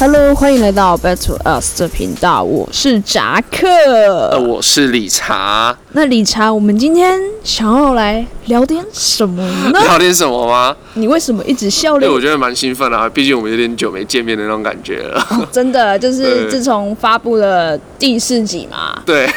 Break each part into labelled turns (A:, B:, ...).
A: Hello，欢迎来到 Back to Us 这频道，我是扎
B: 呃，
A: 克。
B: 我是理查，
A: 那理查，我们今天想要来聊点什么呢？
B: 聊点什 么吗？
A: 你为什么一直笑
B: 因为
A: 咧？
B: 我觉得蛮兴奋的、啊，毕竟我们有点久没见面的那种感觉了。
A: 真的，就是
B: 对
A: 自从发布了第四集嘛，
B: 对，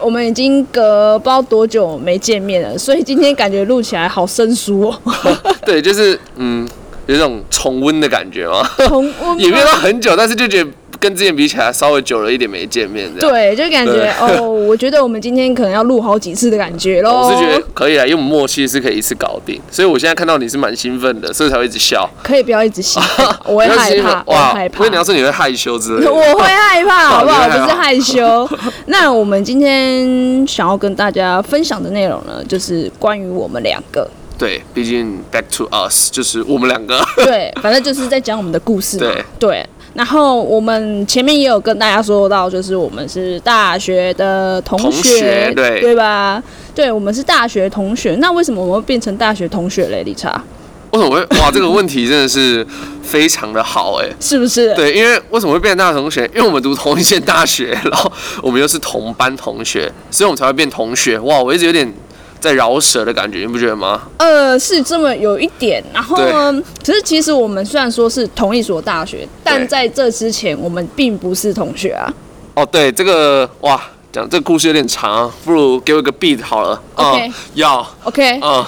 A: 我们已经隔不知道多久没见面了，所以今天感觉录起来好生疏 哦，
B: 对，就是嗯，有一种重温的感觉 嘛，
A: 重温
B: 也没有
A: 吗
B: 到很久，但是就觉得跟之前比起来稍微久了一点没见面这样。
A: 对，就感觉
B: 对
A: 哦，我觉得我们今天可能要录好几次的感觉咯。
B: 我是觉得可以啊，因为我们默契是可以一次搞定，所以我现在看到你是蛮兴奋的，所以才会一直笑。
A: 可以不要一 直笑，我会
B: 你
A: 害
B: 兴奋
A: 怕，我会害
B: 因为你
A: 怕
B: 要。说你会害羞之 类 的，
A: 我会害怕， 好不好？
B: 好
A: 不
B: 你会害怕
A: 是害羞。 那我们今天想要跟大家分享的内容呢，就是关于我们两 个，
B: 对，毕竟 back to us 就是我们两个，
A: 对，反正就是在讲我们的故事嘛。
B: 对
A: 对。然后我们前面也有跟大家说到，就是我们是大学的同学，
B: 同学对
A: 对吧？对，我们是大学同学。那为什么我们会变成大学同学嘞？理查，
B: 为什么会哇？这个问题真的是非常的好哎、
A: 是不是？
B: 对，因为为什么会变成大学同学？因为我们读同一间大学，然后我们又是同班同学，所以我们才会变同学。哇，我一直有点在饶舌的感觉，你不觉得吗？
A: 呃，是这么有一点，然后呢，可是其实我们虽然说是同一所大学，但
B: 对
A: 在这之前我们并不是同学啊。
B: 哦，对，这个哇，讲这个故事有点长，啊不如给我一个 beat 好了。啊
A: OK
B: 要
A: OK，、
B: 啊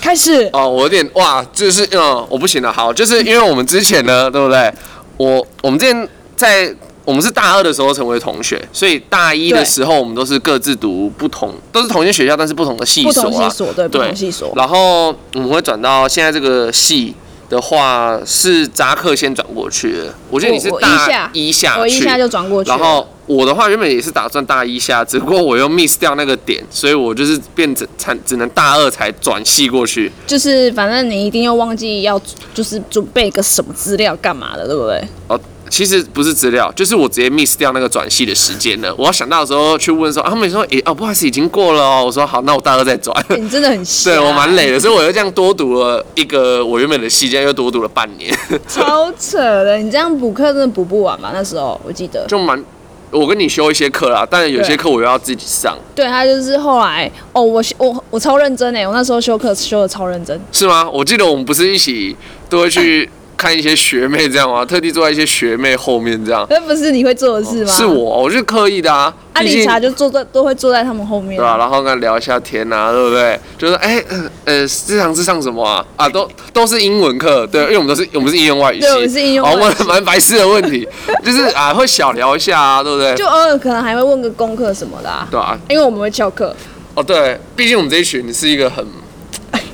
A: 开始。
B: 哦，我有点哇，就是嗯，我不行了。好，就是因为我们之前呢，对不对？我我们之前在我们是大二的时候成为同学，所以大一
A: 对
B: 的时候我们都是各自读不同，都是同一间学校，但是不同的系
A: 不
B: 所
A: 同系
B: 啊。
A: 所，对，不
B: 对
A: 同系所。
B: 然后我们会转到现在这个系的话，是扎克先转过去的。我记得你是
A: 我我一下
B: 大一下去，
A: 我一下就转过去了
B: 然后我的话原本也是打算大一下， 只不过我又 miss 掉那个点，所以我就是变成才只能大二才转系过去。
A: 就是反正你一定要忘记要就是准备个什么资料干嘛的，对不对？
B: 哦，其实不是资料，就是我直接 miss 掉那个转系的时间了。我要想到的时候去问说，啊、他们说，诶、哦，不好意思，已经过了哦。我说好，那我大二再转。
A: 欸你真的很瞎，
B: 对我蛮累的，所以我又这样多读了一个我原本的系，这样又多读了半年。
A: 超扯的。你这样补课真的补不完吧？那时候我记得，
B: 就蛮，我跟你修一些课啦，但有
A: 对
B: 些课我又要自己上，
A: 对他就是后来哦，我我我超认真哎，我那时候修课修的超认真。
B: 是吗？我记得我们不是一起都会去看一些学妹这样吗？特地坐在一些学妹后面这样，
A: 那不是你会做的事吗？
B: 哦是我，我是刻意的啊。
A: 啊，
B: 毕
A: 理
B: 竟
A: 查就坐在都会坐在他们后面。
B: 对啊吧、然后跟他聊一下天啊，对不对？就是哎、呃呃，这堂是上什么啊？啊，都都是英文课，对，因为我们都是我们是应用外语系，
A: 对我们是应用
B: 哦
A: 外语
B: 问了蛮白痴的问题，就是啊，会小聊一下啊，对不对？
A: 就偶尔可能还会问个功课什么的、啊，
B: 对啊，
A: 因为我们会翘课。
B: 哦，对，毕竟我们这一群是一个很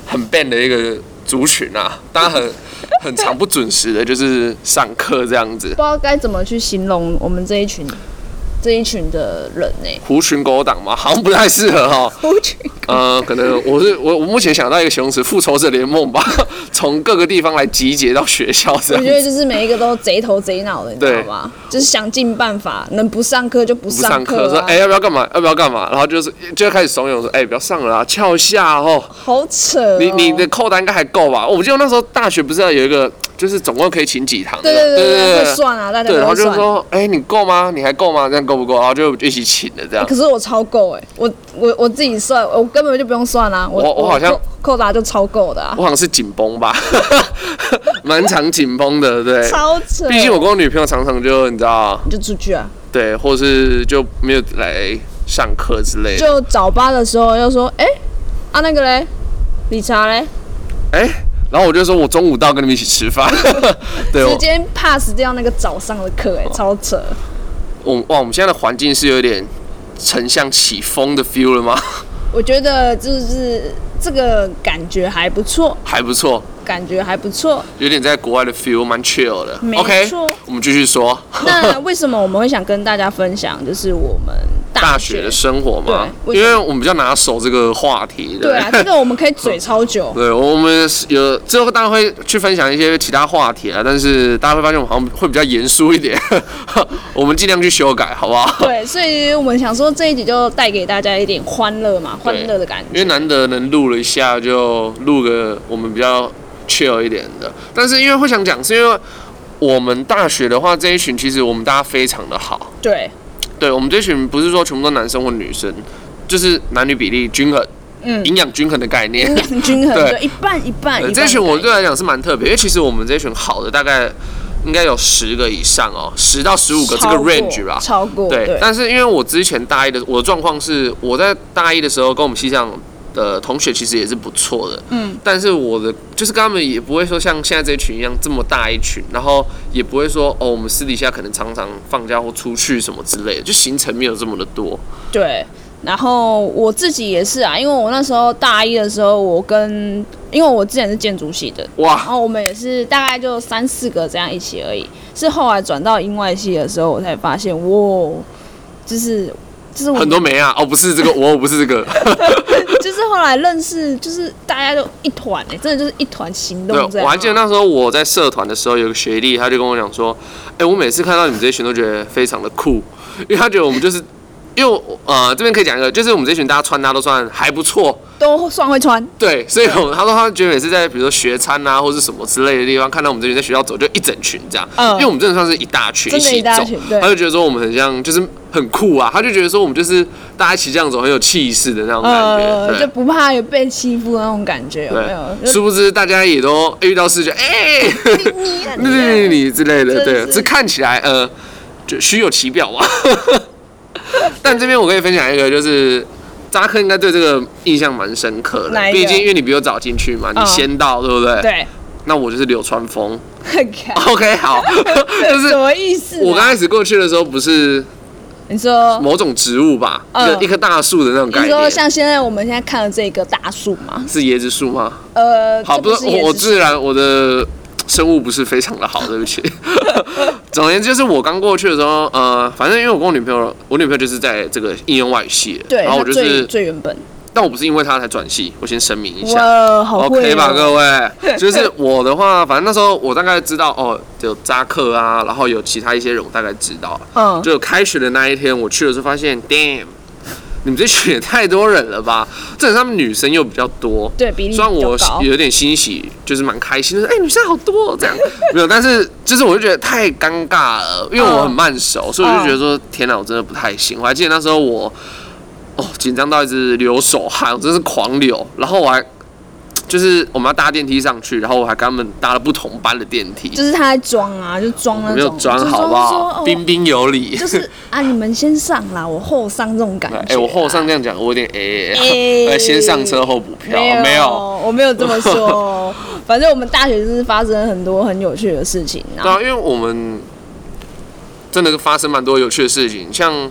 B: 很 band 的一个族群啊，大家很很常不准时的，就是上课这样子
A: 不，知道该怎么去形容我们这一群这一群的人欸呢、
B: 狐群狗党嘛，好像不太适合哦。
A: 狐群
B: 呃，可能我是我我目前想到一个形容词，复仇者联盟吧， 从各个地方来集结到学校这
A: 我
B: 样
A: 觉
B: 子。
A: 得就是每一个都贼头贼脑的，你知道
B: 对
A: 吗？就是想尽办法，能不上课就不
B: 不上课
A: 课、
B: 说
A: 啊。
B: 哎、要不要干嘛要不要干嘛，然后就是就开始怂恿说哎、不要上了啊翘一下哦，
A: 好扯、哦！
B: 你你的扣单应该还够吧？我记得那时候大学不是要有一个就是总共可以请几堂的
A: 对对对
B: 对
A: 对会算啊，大家
B: 对，然
A: 都
B: 后
A: 会
B: 就
A: 算。
B: 说，哎、你够吗？你还够吗？这样够不够？然后就一起请的这样
A: 可。是我超够哎、我我我自己算，我根本就不用算啦、我
B: 我我好像
A: 扣扣打就超够的、啊，
B: 我好像是紧绷吧， 蛮常紧绷的，对。
A: 超扯。
B: 毕竟我跟我女朋友常常就你知道，
A: 你就出去啊，
B: 对，或是就没有来上课之类的。
A: 就早八的时候又说，哎、啊那个嘞，理查嘞，
B: 哎、然后我就说我中午到跟你们一起吃饭。 对，
A: 直
B: 我哦
A: 接 pass 掉那个早上的课，哎，超扯。
B: 我哇，我们现在的环境是有点沉向起风的 feel 了吗？
A: 我觉得就是这个感觉还不错，
B: 还不错，
A: 感觉还不 错。
B: 有点在国外的 feel，蛮 chill 的
A: 没。
B: OK，
A: 错
B: 我们继续说
A: 那为什么我们会想跟大家分享，就是我们
B: 大
A: 大
B: 学的生活嘛，
A: 对为
B: 因
A: 什
B: 为我们比较拿手这个话题。
A: 对啊，这个我们可以嘴超 久。
B: 对，我们是有之后大家会去分享一些其他话题啊，但是大家会发现我们好像会比较严肃一点， 我们尽量去修改，好不好？
A: 对，所以我们想说这一集就带给大家一点欢乐嘛，欢乐的感
B: 因为
A: 觉。
B: 难得能录了一下，就录个我们比较 chill 一点的。但是因为会想讲，是因为我们大学的话，这一群其实我们大家非常的好，
A: 对，
B: 对我们这群不是说全部都男生或女生，就是男女比例均衡，
A: 嗯，
B: 营养均衡的概念
A: 营。养均衡，
B: 对
A: 对，一半一半。
B: 对
A: 一半
B: 这群我
A: 一半
B: 对来讲是蛮特别，因为其实我们这群好的大概应该有十个以上哦，十到十五个这个
A: 超过
B: range 吧。
A: 超过
B: 对，
A: 对，
B: 但是因为我之前大一的我的状况是，我在大一的时候跟我们系上的同学其实也是不错的，
A: 嗯，
B: 但是我的就是跟他们也不会说像现在这一群一样这么大一群，然后也不会说哦，我们私底下可能常常放假或出去什么之类的，就行程没有这么的多，
A: 对，然后我自己也是啊，因为我那时候大一的时候，我跟因为我之前是建筑系的，然
B: 哇，
A: 后我们也是大概就三四个这样一起而已。是后来转到英外系的时候，我才发现，哇，就是就是我
B: 很多没啊，哦，不是这个，我不是这个，
A: 就是后来认识，就是大家就一团哎、真的就是一团行动
B: 对，
A: 这样。啊
B: 我还记得那时候我在社团的时候，有个学弟他就跟我讲说：“哎、我每次看到你们这群都觉得非常的酷，因为他觉得我们就是，因为我呃这边可以讲一个，就是我们这群大家穿搭都算还不错，
A: 都算会穿，
B: 对，所以我们他说他觉得每次在比如说学餐啊或是什么之类的地方看到我们这群在学校走就一整群这样，
A: 嗯
B: 因为我们真的算是一大群
A: 真的
B: 起
A: 一大
B: 走
A: 群，对
B: 他就觉得说我们很像就是很酷啊，他就觉得说我们就是大家一起这样走很有气势的那种感觉，对
A: 呃嗯就不怕有被欺负的那种感觉，有没有？
B: 对，殊不知大家也都遇到事就哎，你你你你之类的，
A: 真
B: 对，
A: 是
B: 这看起来呃就虚有其表嘛。但这边我可以分享一个，就是扎克应该对这个印象蛮深刻的
A: 哪，一个
B: 毕竟因为你比我早进去嘛，你
A: 嗯
B: 先到，对不对？。
A: 对，
B: 那我就是流川枫
A: 很看，
B: ，OK，好，啊就是
A: 什么意思、啊？
B: 我刚开始过去的时候不是
A: 你说
B: 某种植物吧，一
A: 嗯
B: 个一棵大树的那种概
A: 你说
B: 念，
A: 像现在我们现在看的这个大树嘛，
B: 是椰子树吗？
A: 呃，
B: 好，
A: 这
B: 不
A: 不
B: 是我我
A: 是
B: 自然我的生物不是非常的好，对不起。 总而言之，就是我刚过去的时候，呃，反正因为我跟我女朋友，我女朋友就是在这个应用外语系的，
A: 对，
B: 然后我
A: 它
B: 就
A: 最
B: 是，
A: 最原本，
B: 但我不是因为她才转系，我先声明一下。
A: 哇，好会、哦
B: OK 吧，各 位，就是我的话，反正那时候我大概知道哦，有扎克啊，然后有其他一些人，我大概知道。
A: 嗯，
B: 就开学的那一天，我去的时候发现，damn，你们这群也太多人了吧？正常他们女生又比较多，
A: 对比例比
B: 虽
A: 较
B: 然我
A: 高，
B: 有点欣喜，就是蛮开心，就是哎、女生好多、哦、 这样，没有，但是就是我就觉得太尴尬了，因为我很慢
A: 哦
B: 熟，哦所以我就觉得说天哪，我真的不太行。我还记得那时候我哦紧张到一直流手汗，我真是狂流，然后我还。就是我们要搭电梯上去，然后我还跟他们搭了不同班的电梯，
A: 就是他在装啊，就装那种，
B: 我没有装好不好？
A: 就是说
B: 彬彬有礼，
A: 哦、 就是啊，你们先上啦，我后上这种感觉、啊
B: 哎、 我后上。这样讲，我有点哎、
A: 哎
B: 呃先上车后补票，
A: 没有，
B: 没有。
A: 我没有这么 说。反正我们大学就是发生很多很有趣的事情啊。
B: 对啊，因为我们真的发生蛮多有趣的事情，像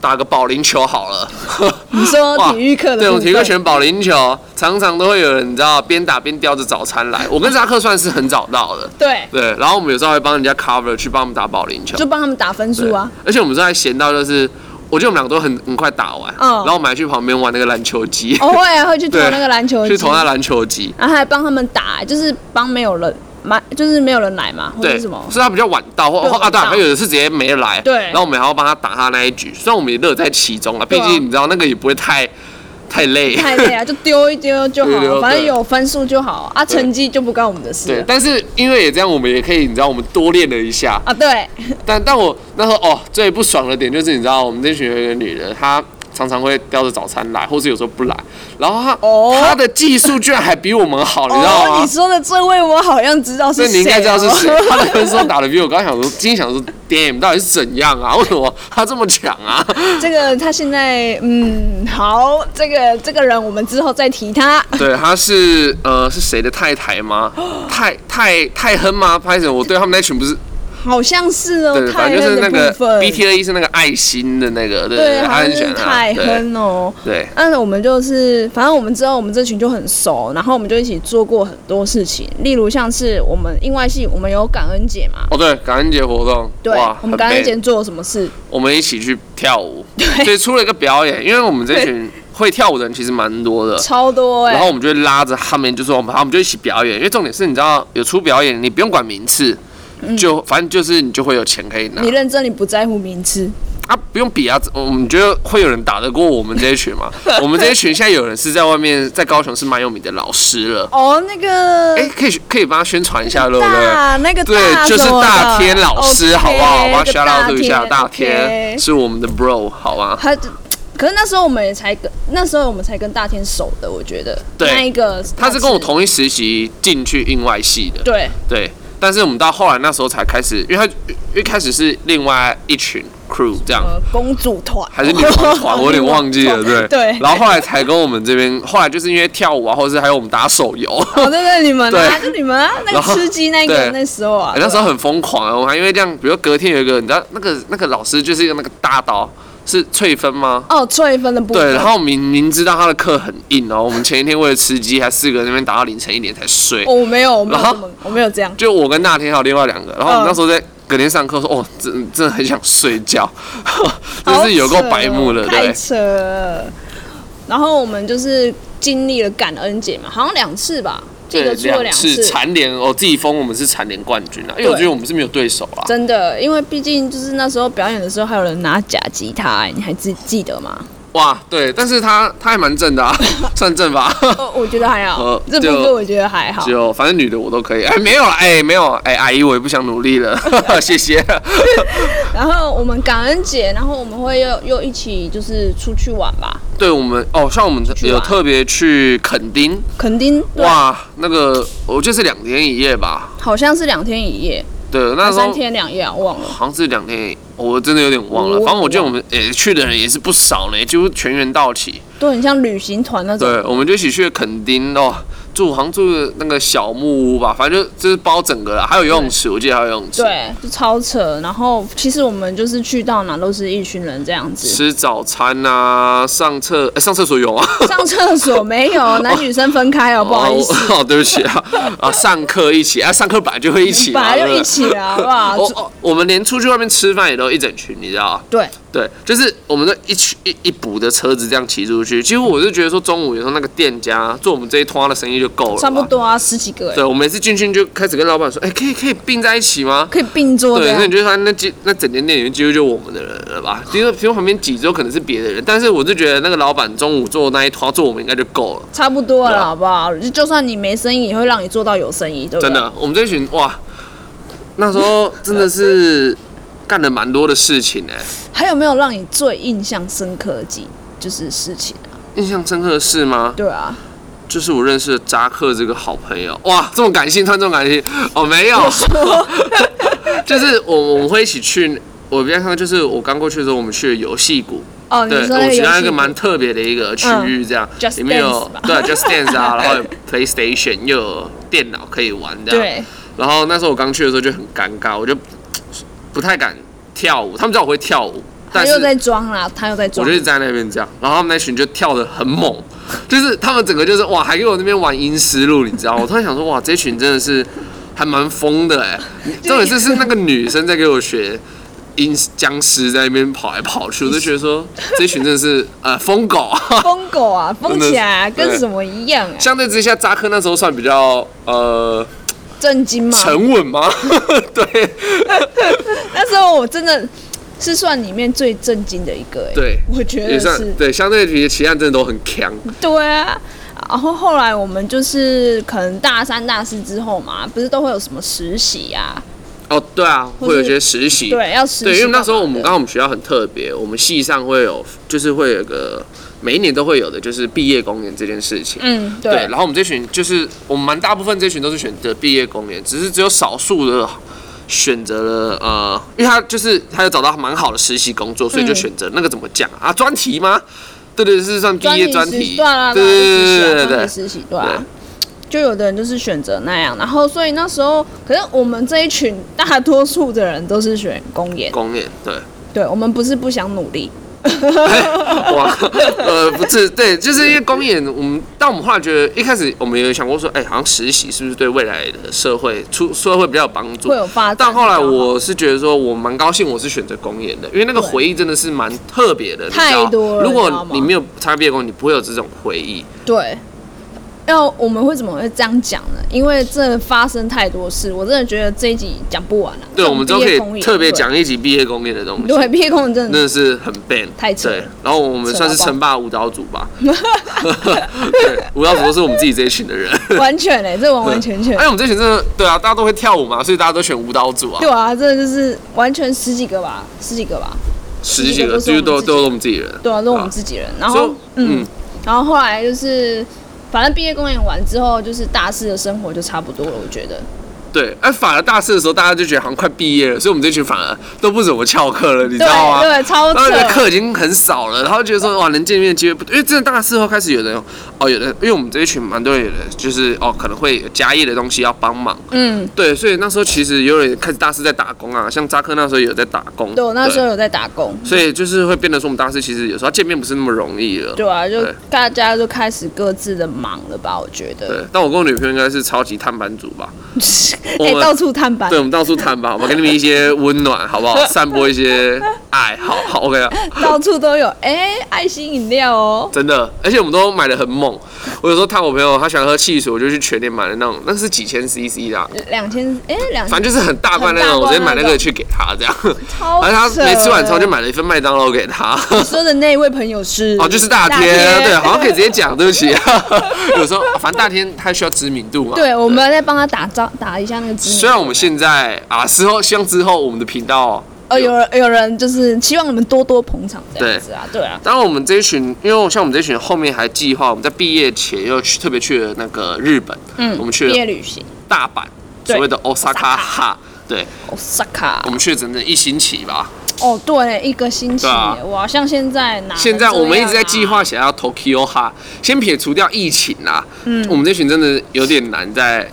B: 打个保龄球好 了，
A: 你说哦体育课的
B: 对，我
A: 部
B: 体育课
A: 分
B: 选保龄球，常常都会有人你知道边打边叼着早餐来。我跟扎克算是很早到的，
A: 对，
B: 对，然后我们有时候还帮人家 cover 去帮我们打保龄球，
A: 就帮他们打分数啊。
B: 而且我们在闲到就是。我觉得我们两个都很很快打完，
A: 嗯
B: 然后我们还去旁边玩那个篮球机，
A: 哦，会啊，会去投
B: 对
A: 那个篮球
B: 去
A: 机，
B: 投那篮球机，
A: 然后还帮他们打，就是帮没有人买，就是没有人来嘛，或者
B: 对，
A: 哦是什么？
B: 是他比较晚到，或
A: 对
B: 或啊，
A: 晚
B: 对，
A: 到
B: 还有的是直接没来。
A: 对
B: 然后我们还要帮他打他那一局，虽然我们也乐在其中啊，毕
A: 对啊
B: 竟你知道那个也不会太太累。
A: 太累啊，就丢一丢就好
B: 丢一丢
A: 了，反正
B: 对
A: 有分数就好啊，成绩就不关我们的事
B: 对
A: 了，
B: 但是因为也这样，我们也可以，你知道，我们多练了一下。
A: 啊。对，
B: 但但我那时候哦，最不爽的点就是，你知道，我们这群有一个女的，她常常会叼着早餐来，或是有时候不来。然后她、
A: 哦
B: 她的技术居然还比我们好，你知道吗？
A: 哦，你说的这位我好像知道
B: 所
A: 是谁，啊
B: 以你应该知道是谁。他的分数打的比我高，想说，今天想说，damn，到底是怎样啊？为什么他这么强啊？
A: 这个他现在嗯，好，这个这个人我们之后再提他。
B: 对，他是呃是谁的太 太吗？太太太亨吗？拍什么？我对他们那群不是
A: 好像是哦
B: 对，，反
A: 泰
B: 正就是
A: 亨
B: 那
A: 的
B: 个
A: 部分，
B: BTE 是那个爱心的那个，对
A: 对，
B: 他
A: 好像
B: 很喜
A: 是
B: 欢他，
A: 泰
B: 对
A: 亨哦。
B: 对
A: 但是我们就是，反正我们知道我们这群就很熟，然后我们就一起做过很多事情，例如像是我们英外系，我们有感恩节嘛，
B: 哦对，感恩节活动，
A: 对
B: 哇，，
A: 我们
B: 很
A: 感恩节
B: man
A: 做了什么事？
B: 我们一起去跳舞，
A: 对
B: 所以出了一个表演，因为我们这群会跳舞的人其实蛮多的。
A: 超多哎、
B: 然后我们就会拉着他们，就说我们好，我们就一起表演。因为重点是，你知道有出表演，你
A: 嗯
B: 不用管名次，就反正就是你就会有钱可以拿。
A: 你认真，你不在乎名次，
B: 啊，不用比啊，我们觉得会有人打得过我们这 一群吗？我们这一群现在有人是在外面，在高雄是蛮有名的老师 了。
A: 哦，那个
B: 哎、可以可以帮他宣传一下，对不对？
A: 大那个
B: 对，就是大天老
A: 哦
B: 师，好不好？我要 shout out 一下大天，
A: 天。
B: 是我们的 bro，好吗？
A: 他可是那时候我们也才跟那时候我们才跟大天熟的，我觉得
B: 对
A: 那一个
B: 他是跟我同一时期进去印外系的，
A: 对
B: 对。但是我们到后来那时候才开始，因为他一开始是另外一群 crew 这样，
A: 呃公主团
B: 还是女王 团，我有点忘记了，对
A: 对，
B: 然后后来才跟我们这边，后来就是因为跳舞啊，或者是还有我们打手游，
A: 哦，对对，你们
B: 对
A: 啊，就你们啊，那
B: 然
A: 个
B: 后
A: 吃鸡那个
B: 对
A: 那时候啊
B: 欸，那时候很疯狂啊！我还因为这样，比如隔天有一个，你知道那个那个老师就是一个那个大刀，是翠芬吗？
A: 哦，翠芬的部分，
B: 对，然后明明知道他的课很硬哦，我们前一天为了吃鸡，还四个人在那边打到凌晨一点才睡。
A: 哦，我没有，我没有
B: 然后
A: 这么，我没有这样，
B: 就我跟那天还有另外两个，然后我们
A: 嗯
B: 那时候在隔天上课说，哦，真真的很想睡觉， 真是有够
A: 好扯哦
B: 白目的，
A: 太
B: 对，
A: 扯了。然后我们就是经历了感恩节嘛，好像两次吧，记
B: 对
A: 得出了两
B: 次
A: 次，
B: 蝉联，哦，自己封我们是蝉联冠军啊，因为我
A: 对
B: 觉得我们是没有对手啊啦。
A: 真的，因为毕竟就是那时候表演的时候，还有人拿假吉他、哎你还记记得 吗？
B: 哇，对，但是他他还蛮正的、啊， 算正 吧。
A: 哦，我觉得还好
B: 呃，
A: 这部
B: 就
A: 分我觉得还好。
B: 就反正女的我都可以，哎，没有了，哎，没有，哎，阿姨我也不想努力了， 谢谢。
A: 然后我们感恩节，然后我们会又又一起就是出去玩吧，
B: 对我们哦，像我们
A: 去
B: 有
A: 玩
B: 特别去垦丁，
A: 肯定对，
B: 哇，那个我就是两天一夜吧，
A: 好像是两天一夜，
B: 对，那
A: 还
B: 时候
A: 三天哦两夜啊，忘了。
B: 好像是两天一夜，我真的有点忘了，
A: 我
B: 反正我记得我们诶、去的人也是不少呢，几乎全员到齐。
A: 都很像旅行团那种。
B: 对，我们就一起去垦丁哦，住好像住那个小木屋吧，反正就就是包整个了，还有游泳池，我记得还有游泳池。
A: 对，就超扯。然后其实我们就是去到哪都是一群人这样子，
B: 吃早餐啊，上厕、哎，上厕所有啊，
A: 上厕所没 有男女生分开哦，不好意思，
B: 哦，哦对不 起啊，啊，上课一起啊，上课本来就会一起
A: 本
B: 嘛，
A: 来
B: 对不
A: 就
B: 对
A: 一。起啊，好不
B: 我
A: 好？
B: 哦，我们连出去外面吃饭也都一整群，你知道吗？
A: 对，
B: 对，就是我们的一群一一补的车子这样骑出去。几乎我是觉得说，中午有时候那个店家做我们这一摊的生意就够了，
A: 差不。多啊，十几个哎
B: 对，，我每次进去就开始跟老板说，哎、可以可以并在一起吗？
A: 可以并桌的
B: 对，
A: 呀
B: 那。你就发现那几那整间店里面几乎就我们的人了吧？其实其实旁边几桌可能是别的人，但是我是觉得那个老板中午做那一摊做我们应该就够了。
A: 差不多
B: 对
A: 了，
B: 啊
A: 好不好？就就算你没生意，也会让你做到有生意，对不对？
B: 真的，我们这群哇，那时候真的是干了蛮多的事情哎、
A: 还有没有让你最印象深刻的几就是事情啊？
B: 印象深刻的事吗？
A: 对啊，
B: 就是我认识的扎克这个好朋友，哇，这么感性，突然这么感性，哦，没有， 就是我我们会一起去，我比较看就是我刚过去的时候，我们去了游戏谷，
A: 哦，你
B: 对，
A: 说
B: 我
A: 那
B: 们
A: 个
B: 去
A: 游
B: 到
A: 戏嗯
B: 一个蛮特别的一个区域，这样、
A: Just
B: 里面有
A: Dance 吧
B: 对 Just Dance 啊，然后有 PlayStation 又有电脑可以玩，这样
A: 对，
B: 然后那时候我刚去的时候就很尴尬，我就不太敢跳舞。他们知道我会跳舞，
A: 他
B: 但
A: 又
B: 是
A: 在装啦，他又在
B: 我
A: 装
B: 就，是在那边这样。然后他们那群就跳得很猛， 就是他们整个就是哇，还给我那边玩阴思路，你知道吗？我突然想说，哇，这群真的是还蛮疯的哎、重点是是那个女生在给我学。阴僵尸在那边跑来跑去，我就觉得说这群真的是呃疯狗。
A: 疯狗啊，疯起来啊
B: 真的是
A: 跟什么一样啊？
B: 相对之下，扎克那时候算比较呃
A: 震惊吗？
B: 沉稳吗？
A: 嗯
B: 对，
A: 那时候我真的是算里面最震惊的一个、欸，
B: 对
A: 我觉
B: 也
A: 得
B: 算
A: 是，
B: 对，相对比其他人真的都很强。
A: 对啊。然后后来我们就是可能大三、大四之后嘛，不是都会有什么实习啊？
B: 哦，对啊，
A: 或
B: 会有一
A: 是
B: 些实习。
A: 对，啊要实习。
B: 对，因为那时候我们刚好我们学校很特别，我们系上会有，就是会有一个每一年都会有的，就是毕业公演这件事情。
A: 嗯，
B: 对，
A: 对
B: 然，后我们这群就是我们蛮大部分这群都是选择毕业公演，只是只有少数的选择了呃，因为他就是他有找到蛮好的实习工作，所以就
A: 嗯
B: 选择那个怎么讲啊？专题吗？对对，是算毕业专
A: 实
B: 题。
A: 对啊，
B: 对
A: 对
B: 对对对
A: 专
B: 对
A: 题实习，对啊。就有的人就是选择那样，然后所以那时候，可是我们这一群大多数的人都是选公演，
B: 公演对。
A: 对我们不是不想努力，
B: 哇，呃，不是，对，就是因为公演，我们，但我们后来觉得，一开始我们也有想过说，哎、好像实习是不是对未来的社会出社会比较有帮助
A: 会？有发展。
B: 但后来我是觉得说，我蛮高兴我是选择公演的，因为那个
A: 对
B: 回忆真的是蛮特别的，你知
A: 太
B: 道
A: 多了你
B: 如
A: 知道
B: 果
A: 吗
B: 你没有参加毕业公演，你不会有这种回忆。
A: 对，要我们会怎么会这样讲呢？因为这发生太多事，我真的觉得这一集讲不完了、
B: 对，我们
A: 这
B: 都
A: 种
B: 可
A: 毕业公
B: 以
A: 演
B: 特别，讲一集毕业公演的东西。
A: 对对，毕业公演真
B: 真
A: 的
B: 的是很 ban，
A: 太扯了
B: 对，然后我们算是
A: 扯到爆
B: 称霸舞蹈组 吧，对，舞蹈组都是我们自己这一群的人。
A: 完全嘞、这完完全全
B: 哎，，我们这群真的对啊，大家都会跳舞嘛，所以大家都选舞蹈组啊
A: 对，啊，这就是完全十几个吧，十几个吧，
B: 十几
A: 十几个
B: 个
A: 都是
B: 几
A: 我
B: 乎
A: 们
B: 都
A: 自己
B: 都是我们自己人。
A: 对啊，都我们自己人。然
B: 所以
A: 后，嗯，，然后后来就是，反正毕业公演完之后，就是大四的生活就差不多了，我觉得。
B: 对，哎，反而大四的时候，大家就觉得好像快毕业了，所以我们这群反而都不怎么翘课了，你知
A: 对
B: 道吗？
A: 对，超
B: 然后你的
A: 扯。
B: 课已经很少了，然后觉得说哇，能见面的机会不多，因为真的大四后开始有人哦，有人，因为我们这一群蛮多人就是哦，可能会有家业的东西要帮忙，
A: 嗯，
B: 对，所以那时候其实有人开始大四在打工啊，像扎克那时候也有在打工，
A: 对，我那时候
B: 对，
A: 有在打工。
B: 所以就是会变得说我们大四其实有时候见面不是那么容易了，
A: 对啊，就
B: 对
A: 大家就开始各自的忙了吧，我觉
B: 对
A: 得。，
B: 但我跟我女朋友应该是超级探班族吧，我
A: 哎，
B: 们
A: 到处探班
B: 对，。我们到处探吧，我们给你们一些温暖，好不好？散播一些爱，好好 OK 啊。
A: 到处都有，哎、爱心饮料哦，
B: 真的，而且我们都买的很猛。我有时候探我朋友，他喜欢喝汽水，我就去全年买的那种，那是几千 CC 的啊、
A: 两千，哎、两
B: 反
A: 千，
B: 正就是很大罐那种，
A: 很大罐
B: 我直接买那
A: 那
B: 个
A: 种
B: 去给他这样。
A: 超
B: 反正他
A: 扯
B: 每吃完之后就
A: 的。
B: 买了一份麦当劳给 他。
A: 你说的那一位朋友是？
B: 哦，就是大天，对，好像可以直接讲，对不起。 有时候啊反正大天他需要知名度嘛。
A: 对，我们在帮他打造打一下那个知名度。
B: 虽然我们现在啊，之后希望之后我们的频道，
A: 呃，有人有人就是希望你们多多捧场这样子啊，对啊，
B: 当然我们这一群，因为像我们这一群后面还计划，我们在毕业前又去特别去了那个日本，
A: 嗯，
B: 我们去
A: 毕业
B: 了
A: 旅行
B: 大阪，
A: 对
B: 所谓的 Osaka 哈，对，我
A: ，Osaka，
B: 们去了整整一星期吧。
A: 哦，对，一个星期
B: 对
A: 耶，
B: 啊
A: 哇，像现在哪能
B: 现在我们一直在
A: 这
B: 计
A: 样啊，
B: 划想要 Tokyo 哈，先撇除掉疫情啦，嗯，我们这群真的有点难在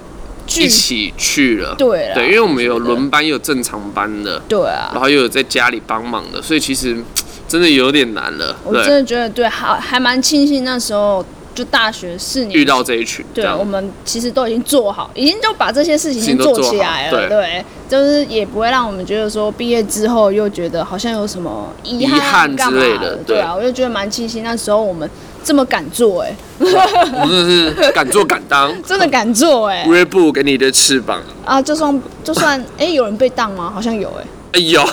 A: 聚
B: 一起去了，
A: 对啦
B: 对，因为我们
A: 觉
B: 有
A: 得
B: 轮班，也有正常班的，
A: 对
B: 然
A: 啊，
B: 后又有在家里帮忙的，所以其实嘖真的有点难了，
A: 我真
B: 对，
A: 的觉得对，还还蛮庆幸那时候就大学四年
B: 遇到这一群，这
A: 对，啊
B: 样
A: 我们其实都已经做好，已经就把这些事情
B: 事情
A: 先
B: 都做
A: 起
B: 好
A: 来
B: 对
A: 了。对，就是也不会让我们觉得说毕业之后又觉得好像有什么遗
B: 遗憾
A: 干
B: 之
A: 嘛
B: 类的
A: 的。
B: 对
A: 对啊，我就觉得蛮庆幸那时候我们这么敢 做、哎，
B: 我们真的是敢做敢当
A: 真的敢做、哎
B: ，Red Bull 给你的翅膀，
A: 啊，就算就算哎、有人被当吗？好像有 哎、
B: 哎呦，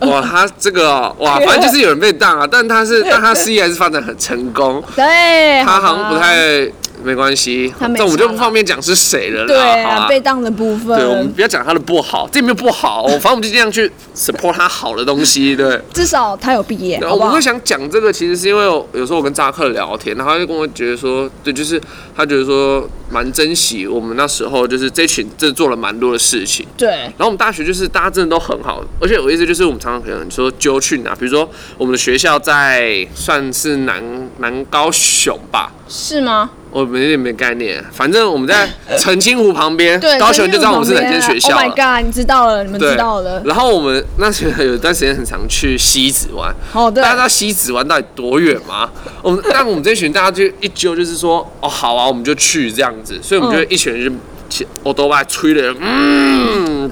B: 哇，他这个哦哇，反正就是有人被当啊，但 他是但他事业还是发展很成功，
A: 对，
B: 他好
A: 吧
B: 像不太没关系，
A: 他没
B: 这我们就
A: 差
B: 不
A: 啦
B: 方便讲是谁了啦。
A: 对
B: 好
A: 啊，
B: 吧
A: 被当的部
B: 对，我们
A: 分，
B: 不要讲他的不好，这也没有不好，反正我们就尽量去 support 他好的东 西。对，
A: 至少他有毕业，
B: 然
A: 好
B: 后
A: 不
B: 我
A: 好
B: 会？想讲这个，其实是因为有有时候我跟扎克聊天，然后他就跟我觉得说，对，就是他觉得说蛮珍惜我们那时候，就是这群真的做了蛮多的事情。
A: 对，
B: 然后我们大学就是大家真的都很好，而且我意思就是我们常常可能说揪去哪，比如说我们的学校在算是南南高雄吧，
A: 是吗？
B: 我们有点没概念，反正我们 在澄清湖旁边
A: 对，，
B: 高雄就知道我们是哪间学校啊
A: Oh my
B: 了。
A: god！你知道了，你们知道了。
B: 然后我们那时候有一段时间很常去西子湾，
A: 哦，对
B: 大，家知道西子湾到底多远吗？我们但我们这群大家就一揪就是说，哦好啊，我们就去这样子，所以我们就
A: 嗯
B: 一群人就我都把吹的，嗯，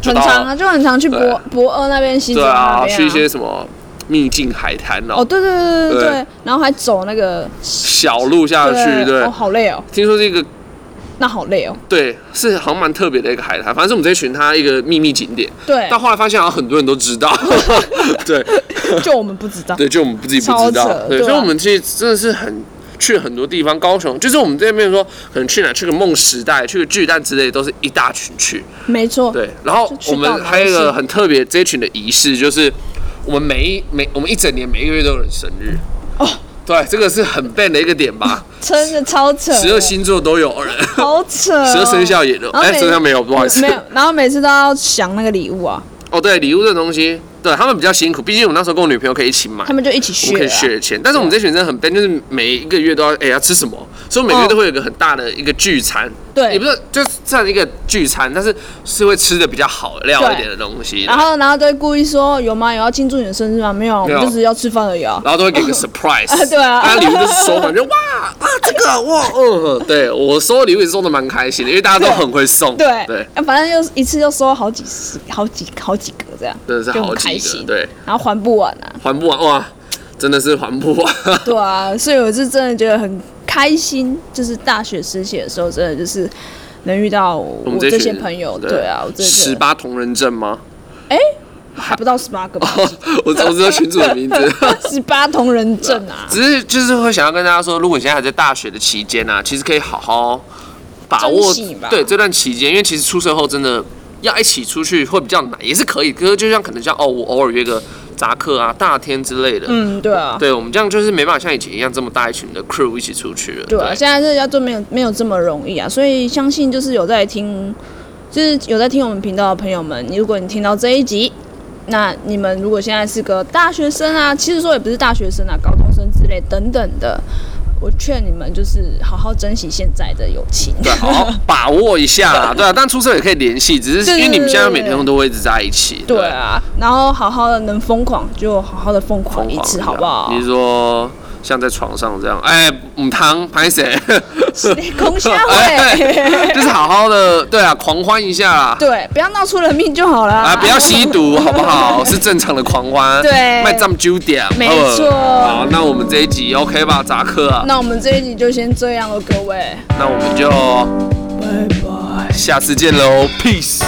B: 就
A: 很
B: 到
A: 常
B: 了
A: 啊，就很常去博博二那边、西子
B: 对
A: 湾
B: 啊，
A: 那
B: 去
A: 边
B: 一些什么秘境海滩
A: 哦，
B: 哦，
A: 对对对对
B: 对
A: 对，然后还走那个
B: 小路下去，对
A: 哦，，好累哦，
B: 听说这个
A: 那好累哦，
B: 对是好像蛮特别的一个海滩，反正是我们这群它一个秘密景点。
A: 对
B: 到，后来发现好像很多人 都知道，对
A: 就我们不知道，
B: 对，就我们自己不知
A: 超
B: 道
A: 扯，
B: 对，
A: 对啊
B: 所以我们其实真的是很去很多地方，高雄就是我们这边说可能去哪去个梦时代，去个巨蛋之类，都是一大群去，
A: 没错，
B: 对，然后
A: 就去
B: 我
A: 到
B: 们
A: 哪
B: 还有一
A: 都
B: 个
A: 是
B: 很特别这一群的仪式，就是我们每一每我们一整年每一个月都有人生日
A: 哦。
B: 对，这个是很 b a 的一个点吧，
A: 真的超扯，
B: 十二星座都有人，
A: 好扯 哦，
B: 十二生肖也有，
A: 然后
B: 哎，
A: 每
B: 生肖没有，不好意思
A: 没，有，然后每次都要想那个礼物啊，
B: 哦，对，礼物这东西，对他们比较辛苦，毕竟我那时候跟我女朋友可以一起买
A: 他，们就一起
B: 我们可
A: 学啊，
B: 以学钱，但是我们这群真的很笨，就是每一个月都要哎、要吃什么，所以每个月都会有一个很大的一个聚餐，
A: 对
B: 也不是就是这样一个聚餐，但是是会吃的比较好料一点的东西，
A: 然后然后都会故意说有吗？有要庆祝你的生日吗？没有，我
B: 没有
A: 们就只是要吃饭而已啊，
B: 然后都会给 个 surprise，、
A: 啊对啊
B: 大家礼物就是收很就 哇啊这个哇嗯，对我收礼物也是收的蛮开心的，因为大家都很会送，
A: 对
B: 对，
A: 啊反正就一次就收好几十、好几、好几个这样，
B: 真的是
A: 就
B: 好
A: 很
B: 几
A: 开
B: 个，
A: 心，
B: 对，
A: 然后还不完啊，
B: 还不完哇，真的是还不完。
A: 对啊，所以我是真的觉得很开心，就是大学实习的时候，真的就是能遇到
B: 我
A: 我
B: 们
A: 这
B: 群
A: 些朋友，对啊，我真
B: 十
A: 的
B: 八同人症吗？
A: 还不到十八个吧，
B: 我我知道群主的名字。
A: 十八同人症啊，
B: 只是就是会想要跟大家说，如果你现在还在大学的期间啊，其实可以好好把
A: 珍
B: 握
A: 惜吧
B: 对这段期间，因为其实出社后真的要一起出去会比较难，也是可以。可是就像可能像哦，我偶尔约个杂课啊、大天之类的，
A: 嗯，对啊，
B: 对我们这样就是没办法像以前一样这么大一群的 crew 一起出去了。
A: 对啊，现在这要做没有没有这么容易啊，所以相信就是有在听，就是有在听我们频道的朋友们，如果你听到这一集，那你们如果现在是个大学生啊，其实说也不是大学生啊，高中生之类等等的，我劝你们就是好好珍惜现在的友情。
B: 对，好好把握一 下啦。对啊，但出社也可以联系，只是
A: 对对
B: 因为你们现在
A: 对对
B: 每天都会一直在一起。
A: 对啊，然后好好的能疯狂就好好的疯狂
B: 疯
A: 一
B: 狂
A: 次，
B: 的
A: 好不好
B: 你？是说像在床上这样？哎，母汤拍谁？
A: 空下
B: 哎
A: 会，
B: 就是好好的，对啊，狂欢一下啦。
A: 对，不要闹出人命就好啦。
B: 啊，不要吸毒，好 不好？是正常的狂欢，
A: 对
B: 卖占九点，
A: 没
B: 好不好
A: 错
B: 好，那我们这一集 OK 吧，扎克啊，
A: 那我们这一集就先这样了，各位，
B: 那我们就
A: 拜拜。
B: 下次见喽，peace。